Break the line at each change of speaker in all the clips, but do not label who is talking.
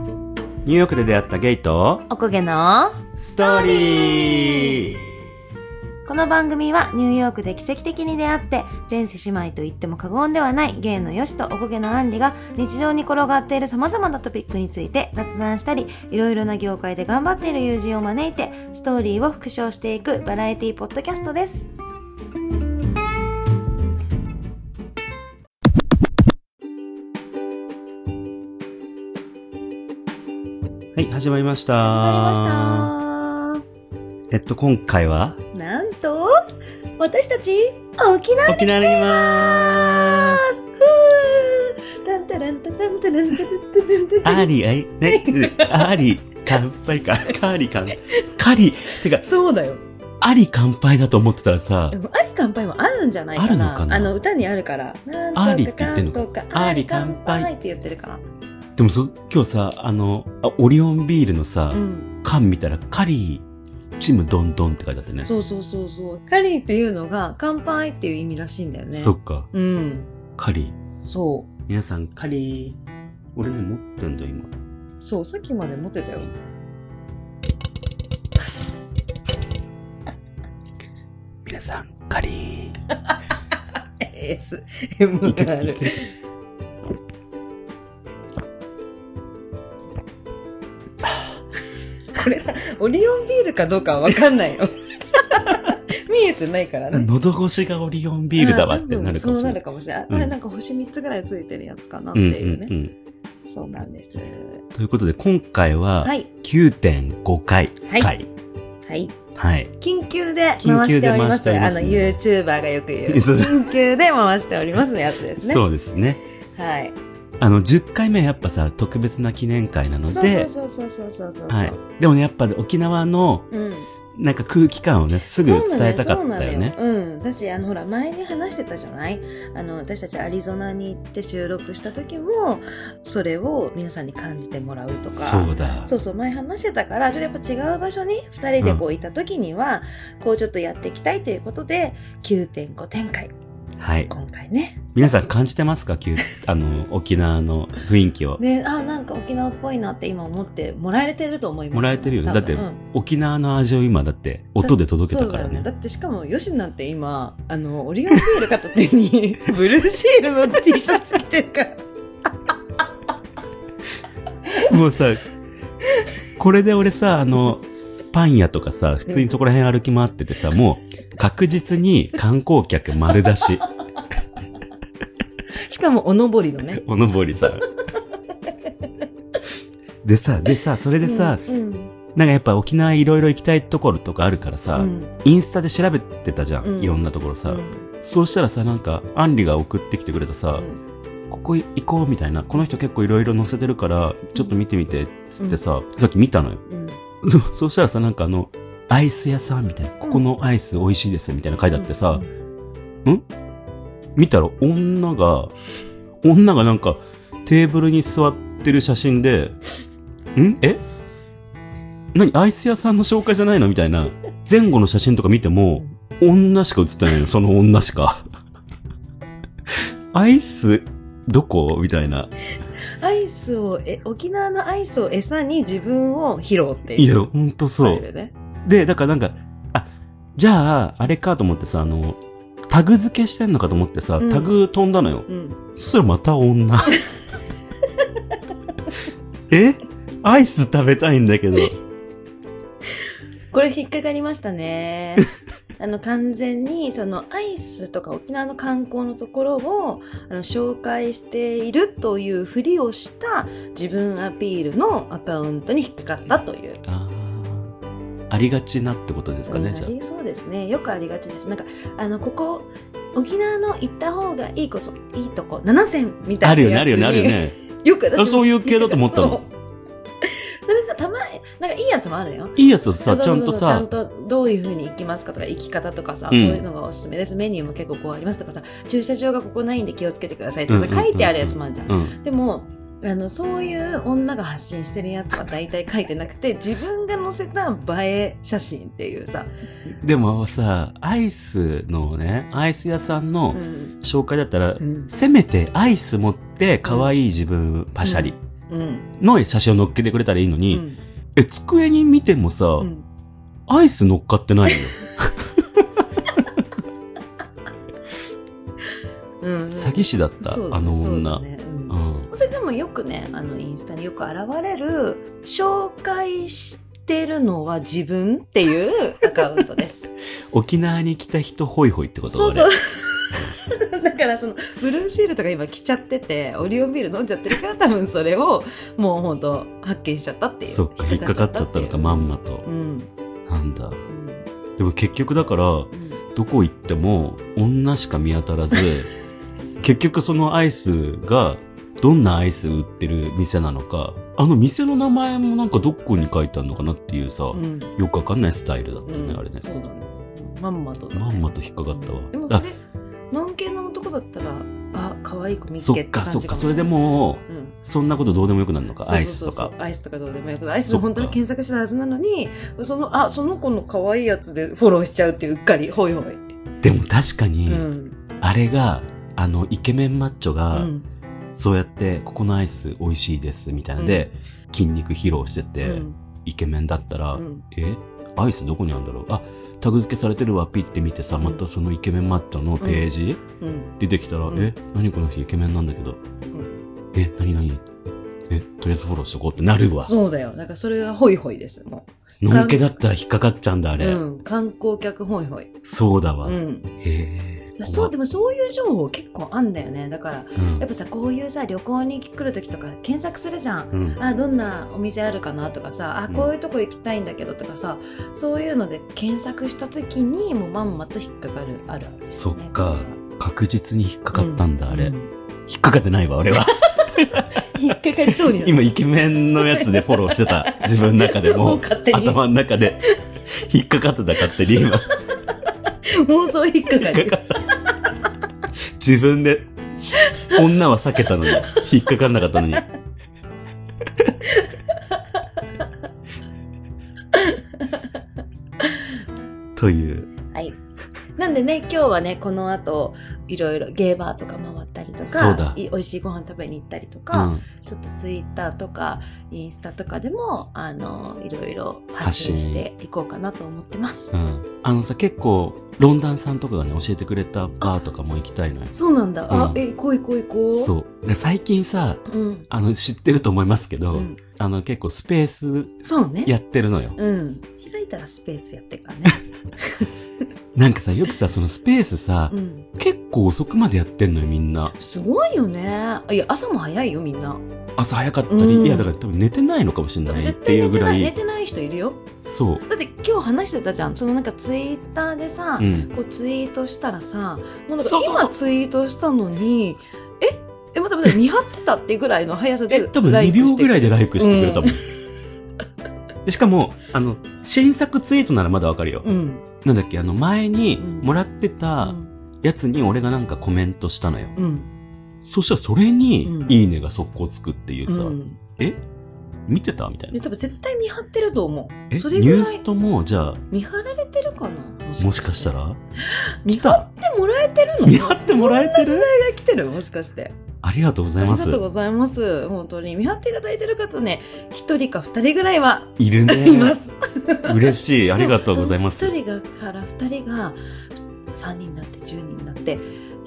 ニューヨークで出会ったゲイと
おこげの
ストーリー
この番組はニューヨークで奇跡的に出会って前世姉妹と言っても過言ではないゲイのヨシとおこげのアンリが日常に転がっている様々なトピックについて雑談したりいろいろな業界で頑張っている友人を招いてストーリーを復唱していくバラエティポッドキャストです
はい、始まりました。
始まりまし
した。えっと、今回は
たなんと私たち沖縄
沖縄にいまーす。
ふーランタランタランタランタランタランタ
アーリー、あい、ね、アーリー、乾杯か。カーリーか。カリ、てか、
そうだよ
アリ乾杯だと思ってたらさ
で、もあり乾杯もあるんじゃないかな。
あるのかな
あの歌にあるから。なんとか
ありって言ってんのか
かんと
あ
あ
り
り
乾杯
乾杯って言ってるかな。
でもそ、今日さ、あの、あオリオンビールのさ
う、ん。
缶見たら、カリー、チムドンドンって書いてあってね。
そうそうそうそう。カリーっていうのが乾杯っていう意味らしいんだよね。
そっか。
うん。
カリー。
そ
皆さん、カリー、俺ね、持ってんだよ、今。
う。そう、さっきまで持ってたよ。
皆さん、カリー。
S、M があ る。これさ、オリオンビールかどうかはわかんないよ。 見えてないからね。
喉越しがオリオンビールだわってなるかもし
あー多分そう
れ
な
な
る
い。
かもしれない。あ
ん
これなんか星3つぐらいついてるやつかな
う
って
んうん
いうね。
うん。
そうなんです。
ということで、今回は
はい。
9.5回
はい
回。
はい。
はい。
緊急で回しており
緊
ます。
急で回しておりますね
あの、YouTuber がよく言う。
そう
緊急で回しておりますのやつですね。
そうですね。
はい。
あの、10回目はやっぱさ、特別な記念会なので、
そうそうそうそうそうそうそう。
はい。でもね、やっぱ沖縄の、
うん、
なんか空気感をね、すぐ伝えたかったよね。
そうなのよそうなのようん。私、あの、ほら、前に話してたじゃないあの、私たちアリゾナに行って収録した時も、それを皆さんに感じてもらうとか。
そうだ。
そうそう、前話してたから、ちょっとやっぱ違う場所に2人でこういた時には、こうちょっとやっていきたいということで、9.5展開。
はい。
今回ね。
皆さん感じてますか九あの、沖縄の雰囲気を。
ね、あ、なんか沖縄っぽいなって今思って、もらえてると思います。
もらえてるよね。
多
だ
分
って
うん、
沖縄の味を今、だって、音で届けたから
そうだよだ
ね。
ってしかも、ヨシなんて今、あの、オリオンビール片手に、ブルーシールの T シャツ着てるから。
もうさ、これで俺さ、あの、パン屋とかさ、普通にそこら辺歩き回っててさ、もう確実に観光客丸出 し。
しかも、おのぼりのね。
おのぼりさん。でさ、でさ、それでさ、
うん、
なんかやっぱ沖縄いろいろ行きたいところとかあるからさ、
うん
インスタで調べてたじゃん、
うん
いろんなところさ、
うん
そうしたらさ、なんか、アンリが送ってきてくれたさ、ここ行こうみたいな、この人結構いろいろ載せてるから、ちょっと見てみて、っつってさ、さっき見たのよ。
うん、うん
そそうしたらさ、なんかあの、アイス屋さんみたいな、ここのアイス美味しいですよみたいな書いてあってさ、見たら女が、女がなんかテーブルに座ってる写真で、んえ何アイス屋さんの紹介じゃないのみたいな。前後の写真とか見ても、女しか写ってないの、その女しか。アイス、どこみたいな。
アイスを、え、沖縄のアイスを餌に自分を拾うっていう。
いや、ほんとそ
スタイ
う。
ルね。
で、だからなんか、あ、じゃあ、あれかと思ってさ、あの、タグ付けしてんのかと思ってさ、
うん
タグ飛んだのよ。
うん。
そしたらまた女。 えアイス食べたいんだ けど。
これ引っかかりまし たね。あの、完全に、その、アイスとか沖縄の観光のところを、あの、紹介しているというふりをした自分アピールのアカウントに引っかかったという。
あーありがちなってことですかね、
うん
じ
あ
ゃ
りそうですね。よくありがちです。なんか、あの、ここ、沖縄の行った方がいいこそ、いいとこ、7000み
あ。
た
あ
いな
るよ
やつ
ね、
に。
あるよね、あるよね。
よく私も
あそういう系だと思ったの
そう。それさ、たまに、なんかいいやつもあるよ。
いいやつをさ、
そう
ち
そ
ゃ
うんそう
と
ちゃ
さ
ん、とどういうふうに行きますかとか、行き方とかさ、
うん
こういうのがおすすめです。メニューも結構こうありますとかさ、駐車場がここないんで気をつけてくださいとかさ、
うんうんうんうん
書いてあるやつもあるじゃん。
うん。
でも、あの、そういう女が発信してるやつは大体書いてなくて、自分が載せた映え写真っていうさ、
でもさ、アイスのね、アイス屋さん
う
の
ん。
紹介だったら
う、ん
せめてアイス持って可愛い自分パシャリ。
うん。
の写真を乗っけてくれたらいいの
う
に、
ん。
え、机に見てもさ、
うん
アイス乗っかってないよ。
うんうん。
詐欺師だった、
そうだ
あ
ね
の
そう
女。
だねうん
うん。
それでもよくねあのインスタによく現れる紹介してるのは自分っていうアカウントです
沖縄に来た人ホイホイってこと
そう
あ
そ
れ
うだからそのブルーシールとか今着ちゃっててオリオンビール飲んじゃってるから 多分それをもう本当発見しちゃったっていう
そっか、引っかかっちゃったのか、まん
ま
まと
う。ん
なんだ。
うん
でも結局だから、
うん
どこ行っても女しか見当た らず、結局そのアイスが、どんなアイス売ってる店なのか、あの店の名前もなんかどこに書いてあるのかなっていうさ、
うん
よくわかんないスタイルだったよね、
うん
あれね。
そうだねまんまとだね
まんまと引っかかったわ。
でも
あ
それノン系の男だったらあ可愛い子見つ
そ
け
っ
って
か
感
そっ
じ
か
かもし
それ
な
で
い
もう
うん
そんなことどうでもよくなるのかアイス
そ
と
うそう
か
そうアイスとかどうでもよくアイス
そっ
の
か
本当に検索したはずなのにそのあその子の可愛いやつでフォローしちゃうっていううっかりほいほい、
でも確か
う
に、
ん
あれがあのイケメンマッチョ
う
が、
ん
そうやってここのアイス美味しいですみたいなので、筋肉披露してて、
うん
イケメンだったら、
うん
えアイスどこにあるんだろうあタグ付けされてるわピッて見てさまたそのイケメンマッチョのページ、
うん
出てきたら、
うん
え何この人イケメンなんだけど、え何何えとりあえずフォローしとこうってなるわ
そうだよだからそれはホイホイですも
のんけだったら引っかかっちゃうんだあ
う、
れ、
うん、観光客ホイホイ、
そうだわ、
うん、
へえ。
そうで
だ。
もそういう情報結構あんだよねだから
うん
やっぱさこういうさ旅行に来る時とか検索するじゃん
うん。
あどんなお店あるかなとかさあ
うん
こういうとこ行きたいんだけどとかさ、そういうので検索した時にもうまんまと引っかかるあるある、ね、
そっか。確実に引っかかったんだ、
う
あれ
う。ん
引っかかってないわ、 俺は。
引っかかりそうになる
今、イケメンのやつでフォローしてた。自分の中で
も
も。
う勝手に
頭の中で。引っかかってた、勝手に 今。
妄想引っかか
引っ
り
かかった。自分で。女は避けたのに。引っかかんなかった のに。という。
はいなんでね今日はねこの後いろいろゲーバーとか回ったりとか
そうだ
い美味しいご飯食べに行ったりと
う
か、
ん。
ちょっとツイッターとかインスタとかでもあのいろいろ発信
発信
していこうかなと思ってます
うん、あのさ結構ロンダンさんとかがね教えてくれたバーとかも行きたいのよ
そうなんだ、あ
うん
え行こう行こう行こう
そうで最近さ
う、うん
あの知ってると思いますけど、
うん、
あの結構スペース
そうね
やってるのよ、
うん開いたらスペースやってからね
なんかさよくさそのスペースさ、
うん
結構遅くまでやってんのよみんな
すごいよねあいや朝も早いよみんな
朝早かったり、
うん
いやだから多分寝てないのかもしれないっ
絶
て
対
い
寝
うぐ
て
ら
ない
い
寝てない人いるよ
そう
だって今日話してたじゃんそのなんかツイッターでさ、
うん
こうツイートしたらさもうなん
そ
か
うそうそう
今ツイートしたのにええ待って待って見張ってたっていうぐらいの速さ
え
で
多分2秒ぐらいでライクしてくれたもん、でしかもあの新作ツイートならまだわかるよ、
うん
なんだっけあの前に
うん
もらってたやつに俺がなんかコメントしたのよ、
うん
そしたらそれに
う、ん
いいねが速攻つくっていう
う
さ、
ん
え見てたみたい
で
な。
多分絶対見張ってると思
え、
う
ニ
それぐ
ュ
ら
ー
い
スとも、じゃあ、
見張られてるかなも
もしかしたら
見
来
張
た
ってもらえてるの
見張ってもらえて
そんな時
る
代が来てるもしかして
ありがとうございま
あ
す
りがとう。ございます本当に見張っていただいてる方ね一人か二人ぐらいはい
る
いま
ね。
す、
嬉しい。ありがとうございま。
ですもその一人がから二人が三人になって十人になって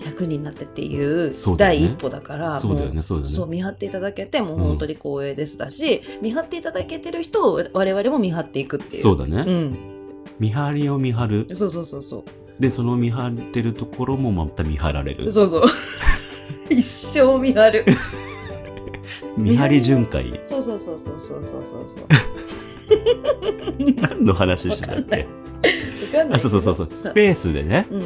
百人になってっていう
そうだよ
第
ね
一歩だから
そうだよ
も
ね、そうだ
そ
よ
う
ね。
見張っていただけてもう本当に光栄ですだし、見張っていただけてる人を我々も見張っていくっていう
そううだね。
ん
見張りを見張る。
そうそうそうそう
で、その見張ってるところもまた見張られる。
そ うそう一生見張る
見張り巡回。
そうそうそうそうそうそうそうそう
何の話してたっけ
わかんない
あ、そうそうそうそう。スペースでね。
うん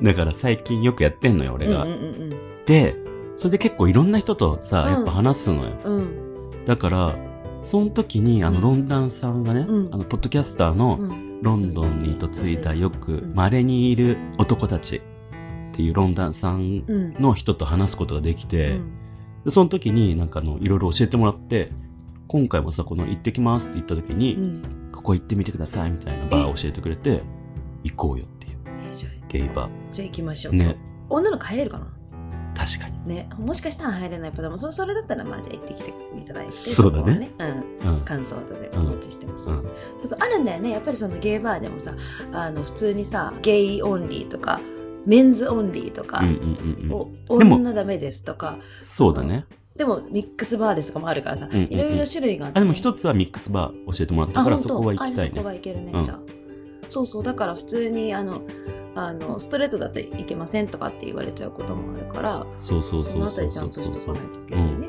だから最近よくやってんのよ、俺が。
うんうんうん
で、それで結構いろんな人とさ、
うん
やっぱ話すのよ。
うん
だから、その時に、あ
う
の、
ん
ロンダンさんがね、
うん
あの、ポッドキャスター
う
の、
ん
ロンドンに嫁いだよく
ん、
稀にいる男たちっていうロンダンさん
うん
の人と話すことができ
う
て、
ん
でその時になんかあの、いろいろ教えてもらって、今回もさ、この行ってきますって言った時
う
に、
ん
ここ行ってみてくださいみたいなバーを教えてくれて、行こうよっていう、
えじゃ
ゲイバー。
あじゃあ行きましょう
ね。
女の子入れるかな
確かに。
ね、もしかしたら入れないパターンもそそれだったらまあじゃあ行ってきていただいて
そうだね
そこはうん、
うん。
感想とで
う
お
ん
待ちしてます、
うん
そうそうあるんだよねやっぱりそのゲイバーでもさあの普通にさゲイオンリーとかメンズオンリーとか、
うんうんうんうん。
お
でも
女ダメですとか
そうだね。
でもミックスバーですとかもあるからさ、
うんうんうん
いろいろ種類があって、
あ、でも一つはミックスバー教えてもらったから、
あ
そこは行きたい
本当あじゃあそこ
ね。
は行けるね、
うん
じゃあそうそうだから普通にあのあのストレートだといけませんとかって言われちゃうこともあるから
そうそう
そ
そう
のあた
そ
り
う
ち
そ
ゃん
う
としと
そ
か
う
ない。といけないね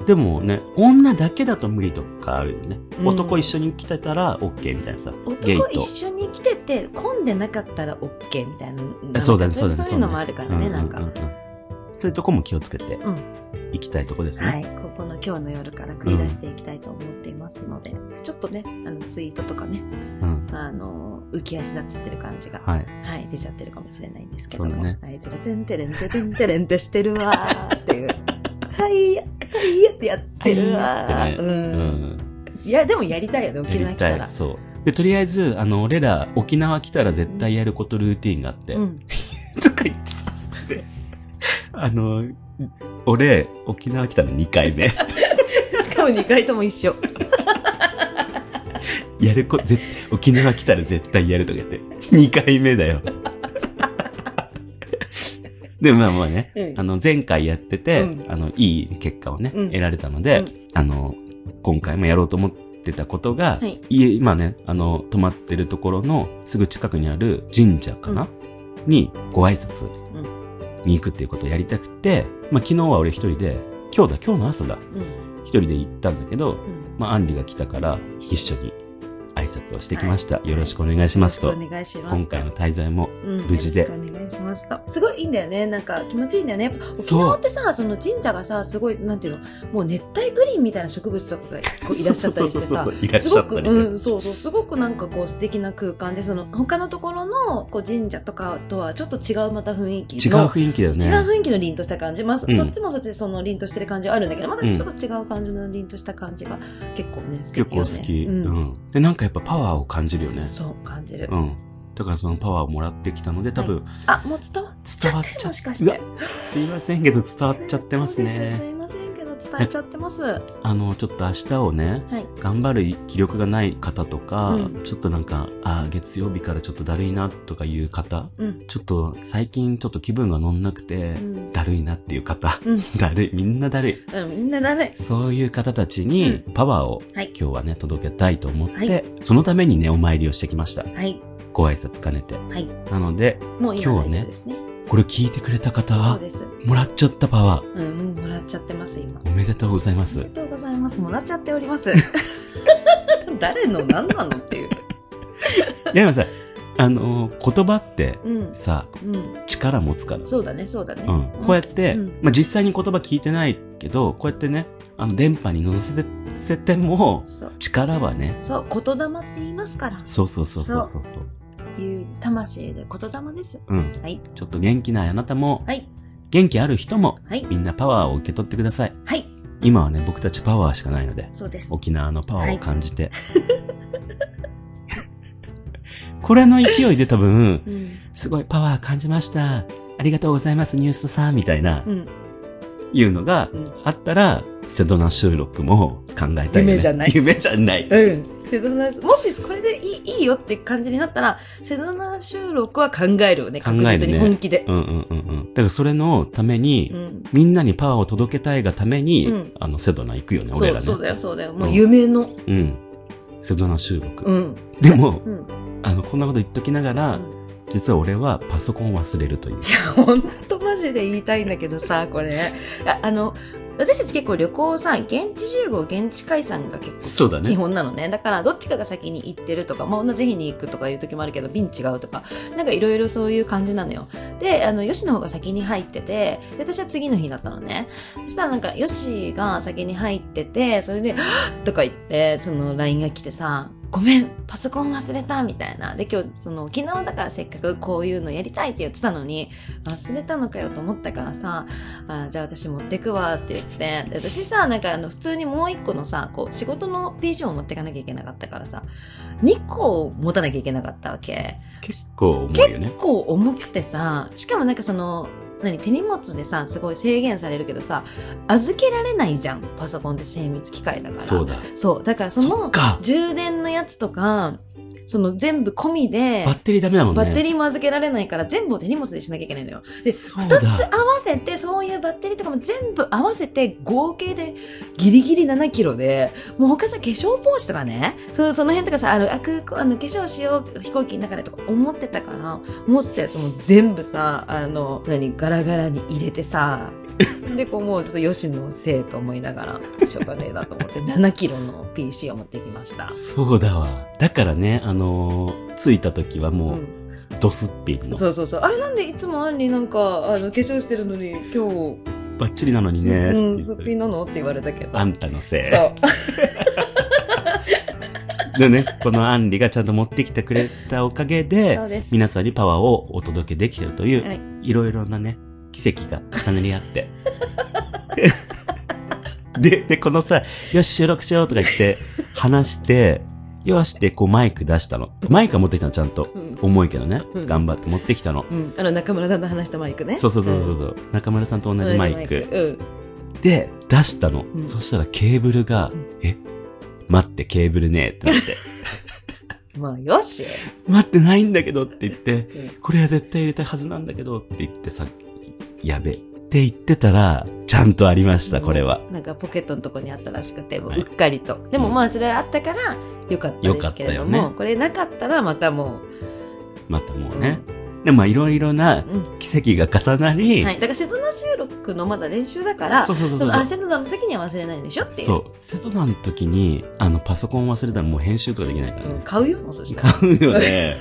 うん
でもね、女だけだと無理とかあるよね。
うん
男一緒に来てたら OK みたいなさ。ゲイ
男
と
一緒に来てて混んでなかったら OK みたいななん
あ
か
そうだね、そうだね。
そういうのもあるからね、
う
なんか、
ううそういうとこも気をつけて
うん、
行きたいとこです
は
ね。
い、ここの今日の夜から繰り出していきたいと思っていますので、ちょっとね、あのツイートとかね、
うん。
あの浮き足立っちゃってる感じが、は
はい。
い、出ちゃってるかもしれないんですけど
そう
も、
だね
あいつらてんてれんててんてれんってしてるわーっていう、はい、はいやってやってるわ
はいやっ
ー、
て
う、
うんん。
いや、でもやりたいよね、沖
や
縄
り
来た
た
ら
い。。そう。で、とりあえず、あの、俺ら、沖縄来たら絶対やることルーティンがあって
う、ん、
とか言ってさ、であの、俺、沖縄来たの2回目。
しかも2回とも一緒。
やるこ、ぜ、沖縄来たら絶対やるとか言って。2回目 だよ。でもまあまあね、
うん
あの、前回やってて、
うん
あの、いい結果をね、
うん
得られたので、
うん
あの、今回もやろうと思ってたことが、
はい
家今ね、あの、泊まってるところのすぐ近くにある神社かな、にご挨拶に行くっていうことをやりたくて、まあ昨日は俺一人で、今日だ、今日の朝だ、
うん、
一人で行ったんだけど、
うん。
まあ、アンリが来たから一緒に挨拶をしてきました。よろしくお願いします
よ
と
ろ。しくお願いします。
今回の滞在も。
うん
無事で
よろしくお願いしますとすごいいいんだよねなんか気持ちいいんだよねやっぱ沖
そう
縄ってさその神社がさすごいなんていうのもう熱帯雨林みたいな植物とかがこういらっしゃったりして
そう
さ
そうそうそういらっ
す
しゃ
ご
っ
く、
たり
う
ね。
ん、そうそうすごくなんかこう素敵な空間でその他のところのこう神社とかとはちょっと違うまた雰囲気
違う
の
雰囲気だよ
違う
ね。
雰囲気の凛とした感じ、まあそ
うん
そっちもそっちでその凛としてる感じはあるんだけどま
う
だ
ん
ちょっと違う感じの凛とした感じが結構ね素
結
敵
構
よね
好き。う
うん
ん。で、なんかやっぱパワーを感じるよね。
そう感じる、
うん。だからそのパワーをもらってきたので、多分
あもう伝わっち
伝
ゃ
わ
っ
ってち
る
ゃ
もしかし
うわ
て
すいませんけど伝わっちゃってます
す
ね。
いませんけど伝えちゃっ てます。は
あの、ちょっと明日をね、
い。
頑張る気力がない方とか、
うん
ちょっとなんか、あー月曜日からちょっとだるいなとかいう方、
うん。
ちょっと最近ちょっと気分が乗んなくて、
うん。
だるいなっていう方、
うん
だるい、みんなだるい。
うん、みんなダメ。
そういう方たちにパワーを
はい
今日はね、届けたいと思って、
はい
そのためにね、お参りをしてきました。
はい。
ご挨拶兼ねて。
はい。
なので、
もう今
今
大
日
丈
ね
夫ですね。
これ聞いてくれた方
そう
は、
です。
もらっちゃったパワー、
うん、もうもらっちゃってます、今。
おめでとうございま
あり
す
が。とうございます。もらっちゃってお ります。誰の何なのっていう。
でもさ、あのー言葉って
うん。
さ、
うん。
力持つから。
そうだね、そうだね。
うん。こうやって、
うん
まあ、実際に言葉聞いてないけど、こうやってね、あの、電波に乗せてせても、
そう。
力はね、
そう、言霊って言いますから。
そうそうそうそうそうそう。
いう魂で言霊です。
うん。
はい。
ちょっと元気ないあなたも、
はい。
元気ある人も、
はい。
みんなパワーを受け取ってください。
はい。
今はね、僕たちパワーしかないので、
そうです。
沖縄のパワーを感じて。 これの勢いで多分、
うん。
すごいパワー感じました。ありがとうございます、ニュースさん、みたいな、
うん。
いうのが
うん
あったら、瀬戸内収録も考えたい、ね。
夢じゃない
夢じゃない。
うん、瀬戸内もしこれでいいいいよって感じになったら瀬戸内収録は考えるよね
考える
確
ね
実に本気で、
うんうんうんうん。だからそれのために、
うん
みんなにパワーを届けたいがために、
うん
あの、瀬戸内行くよね、
そ
俺ら
う
ね。
そうだよそうだよもううん夢の
うん。瀬戸内収録。
うん
でも、
うん
あの、こんなこと言っときながら、
うん
実は俺はパソコンを忘れるという。
いや本当マジで言いたいんだけどさこれああの私たち結構旅行さ現地集合現地解散が結構
そうだね
基本なのねだからどっちかが先に行ってるとか、まあ、同じ日に行くとかいう時もあるけど便違うとかなんかいろいろそういう感じなのよであのヨシの方が先に入っててで私は次の日だったのねそしたらなんかヨシが先に入っててそれで 「とか言ってその LINE が来てさ「ごめんパソコン忘れた」みたいなで今日その沖縄だからせっかくこういうのやりたいって言ってたのに忘れたのかよと思ったからさあじゃあ私持ってくわって言ってで私さなんかあの普通にもう一個のさこう仕事の PC も持ってかなきゃいけなかったからさ2個を持たなきゃいけなかったわけ
結構重いよね
結。構重くてさしかもなんかその何手荷物でさすごい制限されるけどさ預けられないじゃんパソコンって精密機械だから
そうだ。
そうだからそ
そ
の
っか。
充電のやつとかその全部込みで
バッテリーダメだもんね。
バッテリーも預けられないから全部を手荷物でしなきゃいけないのよ。で、
そう
二つ
だ
合わせて、そういうバッテリーとかも全部合わせて、合計でギリギリ7キロで、もう他さ、化粧ポーチとかね、そうその辺とかさ、あの、あ空港あの化粧しよう、飛行機の中でとか思ってたから、持ってたやつも全部さ、あの、何、ガラガラに入れ てさ、で、こうもうちょっと吉野のせいと思いながら、しょうがねえなと思って、7キロの PC を持ってきました。
そうだわ。だからね、あのー着いた時はも
うん
う、ドスッピンの。
そうそうそう。あれなんでいつもアンになんか、あの、化粧してるのに、今日、
バッチリなのにね。
うん、
って
す
言
っ
って
ぴんなのって言われたけど。
あんたのせ
そ。。
いうでね、このアンリがちゃんと持ってきてくれたおかげで
そう、です。
皆さんにパワーをお届けできてるという、
はい
いろいろなね、奇跡が重なり合って。 で、で、このさ、よし、収録しようとか言って、話して、よしってこうマイク出したの。マイクは持ってきたの、ちゃんと。
うん
重いけどね
う。ん
頑張って持ってきたの。
うん。あの、中村さんの話したマイクね。
そうそうそうそう
う
そう。中村さんと
ん。
同じマイク。
うん。
で、出したの。
うん
そしたらケーブルが、
ん
え待って、ケーブルねえってなって。
まあ、よし。
待ってないんだけどって言って、
うん
これは絶対入れたはずなんだけどって言ってさ、やべ。って言ってたら、ちゃんとありました、これは。
なんかポケットのとこにあったらしくて、もう
は
う
い
っかりと。でもまあ、それあったから、よかったですけれど
よかった
も、
よ
これなかったらまたも
またも
う。
うね。で、まあ、いろいろな
うん。うん。
奇跡が重なり、
はい。だから、瀬戸内収録のまだ練習だから、
そうそうそう
そ
そう
の、あ、瀬戸内の時には忘れないでしょっていう。
そう。瀬戸内の時に、あの、パソコン忘れたらもう編集とかできないから
うん
ね。
買うよ、もうそしたら。
買うよ ね。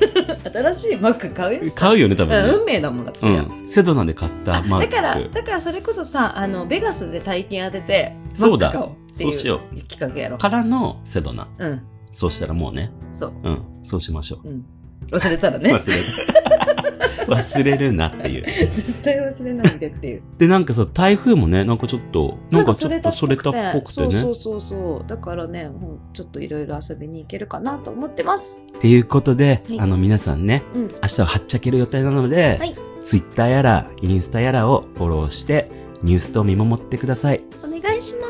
新しいマック買うよ。
買うよね、多分ね
うん運命だもんだって、
う
そりゃ
ん。セドナで買ったマ
だ
ック。
から、だからそれこそさ、あの、ベガスで体験当てて、
そうだ
マック買おうってい
そうしよ
う企画やろう。
からのセドナ。
うん。
そうしたらもうね。
そう。
うん。そうしましょう。
うん。忘れたらね。
忘れる。忘れるなっていう。
絶対忘れないでっていう。
で、なんかさ、台風もね、なんかちょっと、 なんかちょっとそれたっぽくて
そうそ
ね
う。そうそう。だからね、もうちょっといろいろ遊びに行けるかなと思ってます。
っていうことで、
はい
あの皆さんね、
うん。
明日ははっちゃける予定なので、
はい
ツイッターやら、インスタやらをフォローして、ニュースと見守ってください。
お願いしま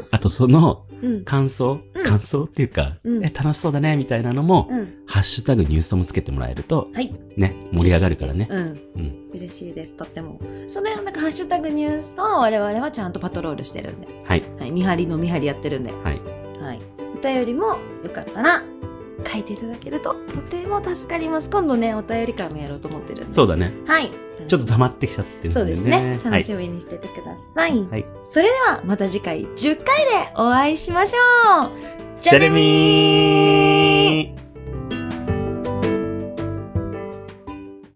す。
あとその
うん。
感想、
うん
感想っていうか、
うん
え、楽しそうだね、みたいなのも、
うん。
ハッシュタグニュースともつけてもらえると、
はい。
ね、盛り上がるからね。
嬉しいです
う
うんん。嬉しいです。とっても。そのなんかハッシュタグニュースと我々はちゃんとパトロールしてるんで。
はい。
はい。見張りの見張りやってるんで。
はい。
はい、お便りもよかったら書いていただけるととても助かります今度ねお便り会もやろうと思ってるんで
そうだね。
はい
ちょっと溜まってきちゃってるん
そうですね、
は
楽
い。
しみにしててください、
はい。
それではまた次回10回でお会いしましょう
ジェレミー